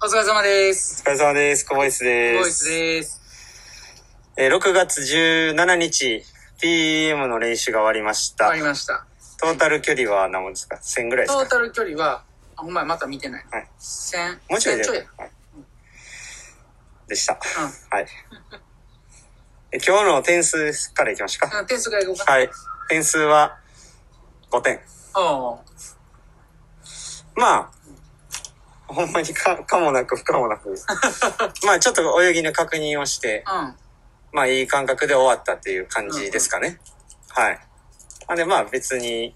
お疲れ様です。お疲れ様です。久保イスでボイす。スです。えー6月17日、PM の練習が終わりまし終たわ。りました。トータル距離は何本ですか ?1000 ぐらいでトすーかタル距離は、あ、ほんまや、また見てない。はい千、もうちょいで千ちょいや。はいでした。うんはい。え今日の点数からいきましょうか。あ。点数からいこうか。はい。点数は5点。おうまあ、ほんまにか、かもなく不可もな く。まあちょっと泳ぎの確認をして、うん。まあいい感覚で終わったっていう感じですかね。はい。あで、まあ別に、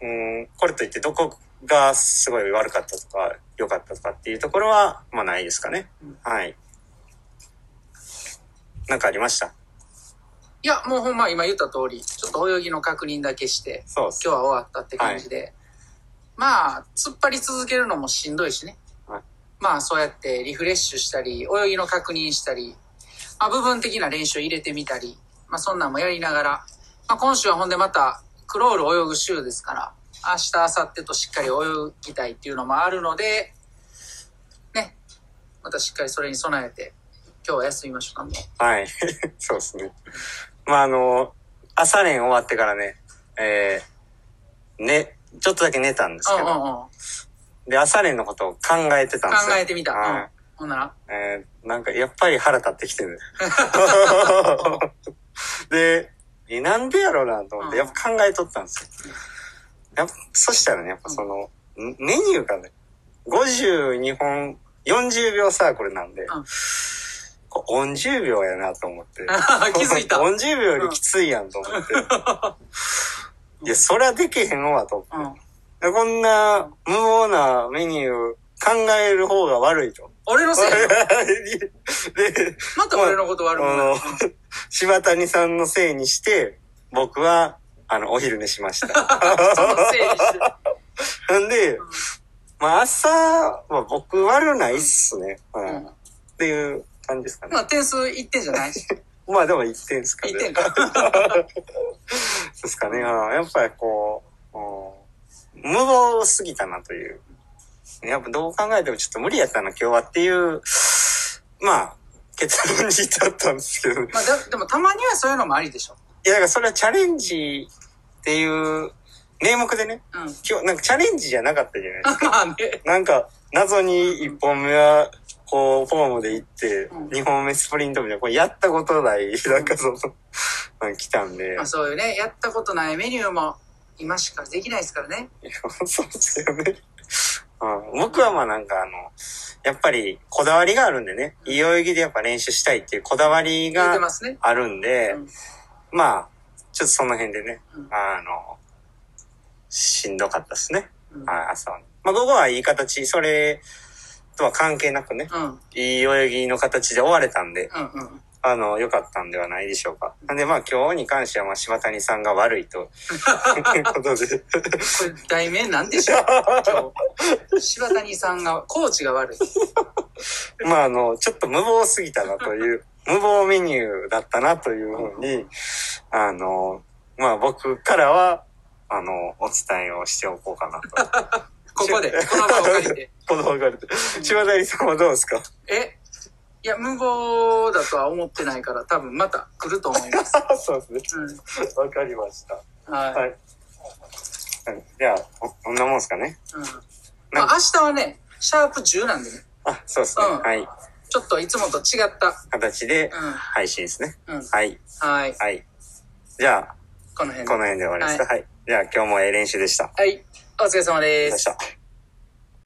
うん、これといってどこがすごい悪かったとか良かったとかっていうところは、まあないですかねうん。はい。なんかありましたいや、もうほんま今言った通り、ちょっと泳ぎの確認だけして、そうっす。今日は終わったって感じで。まあ、突っ張り続けるのもしんどいしね。はいまあ、そうやってリフレッシュしたり、泳ぎの確認したり、まあ、部分的な練習入れてみたり、まあ、そんなんもやりながら、まあ、今週はほんでまた、クロール泳ぐ週ですから、明日、明後日としっかり泳ぎたいっていうのもあるので、ね、またしっかりそれに備えて、今日は休みましょうか、もう。はい。 そうですね。まああの、朝練終わってからね、えー、ね、ちょっとだけ寝たんですけうんうんど、うん。で、朝練のことを考えてたんですよ。考えてみた。はいうん。ほんなら。えーなんかやっぱり腹立ってき てる。で、えなんでやろうなと思って、うんやっぱ考えとったんですよ。やっぱそしたらね、やっぱその、んメニューがね、52本、40秒サークルなんで、んこれ40秒やなと思って。 気づい た40秒よりきついやんと思って。いや、そりゃできへんわと思って。うん。こんな無謀なメニュー考える方が悪いと。俺のせいやろ で、また俺のことあ悪くなる。の、柴谷さんのせいにして、僕は、あの、お昼寝しま した。そのせいにして。なんで、まあ、朝は僕悪ないっすね。ううんん。っていう感じですかまね。あ点数1点じゃ ない ?1 まあ、でも1点ですかね。点か。そうですかね。うんやっぱりこう、うん無謀すぎたなという。やっぱどう考えてもちょっと無理やったな、今日はっていう、まあ、結論に至ったんですけどね。まあででもたまにはそういうのもありでしょ。いや、だからそれはチャレンジっていう名目でね、 うん。 今日、なんかチャレンジじゃなかったじゃないですか。まあね。なんか、謎に一本目は、こう、フォームで行ってうん、二本目スプリントみたいな、これやったことない、なんかその、うん来たんでまあ、そういうね、やったことないメニューも今しかできないですからね。そうですよね。うん、僕はまあなんかあの、やっぱりこだわりがあるんでね、いい泳ぎでやっぱ練習したいっていうこだわり言ってがますね。あるんで、うんまあ、ちょっとその辺でね、うんあの、しんどかったですね。うん。はい、朝は。まあ、午後はいい形、それとは関係なくね、うん。いい泳ぎの形で終われたんで、うん。うん。あの、良かったんではないでしょうか。なんでまあ今日に関しては、まあ柴谷さんが悪い と、いうことで。 これ題名なんでしょう 今日。柴谷さんが、コーチが悪い。まああの、ちょっと無謀すぎたなという、無謀メニューだったなというふうに、あの、まあ僕からは、あの、お伝えをしておこうかな と。ここで、この場を借りて。この分かれて。柴谷さんはどうですか えいや、無謀だとは思ってないから、多分また来ると思います。そうですうん。ね。わかりました。はい。はい。じゃあ、ここんなもんですかね。うん。まあ、明日はね、シャープ10なんでね、あ、そうですね。うんはい。ちょっといつもと違った。形でうん。配信ですね。うん。はい。はい。はい。じゃあ、この辺こで。の辺で終わりますか。はい。じゃあ今日もええ練習でした。はい。お疲れ様でですし。た。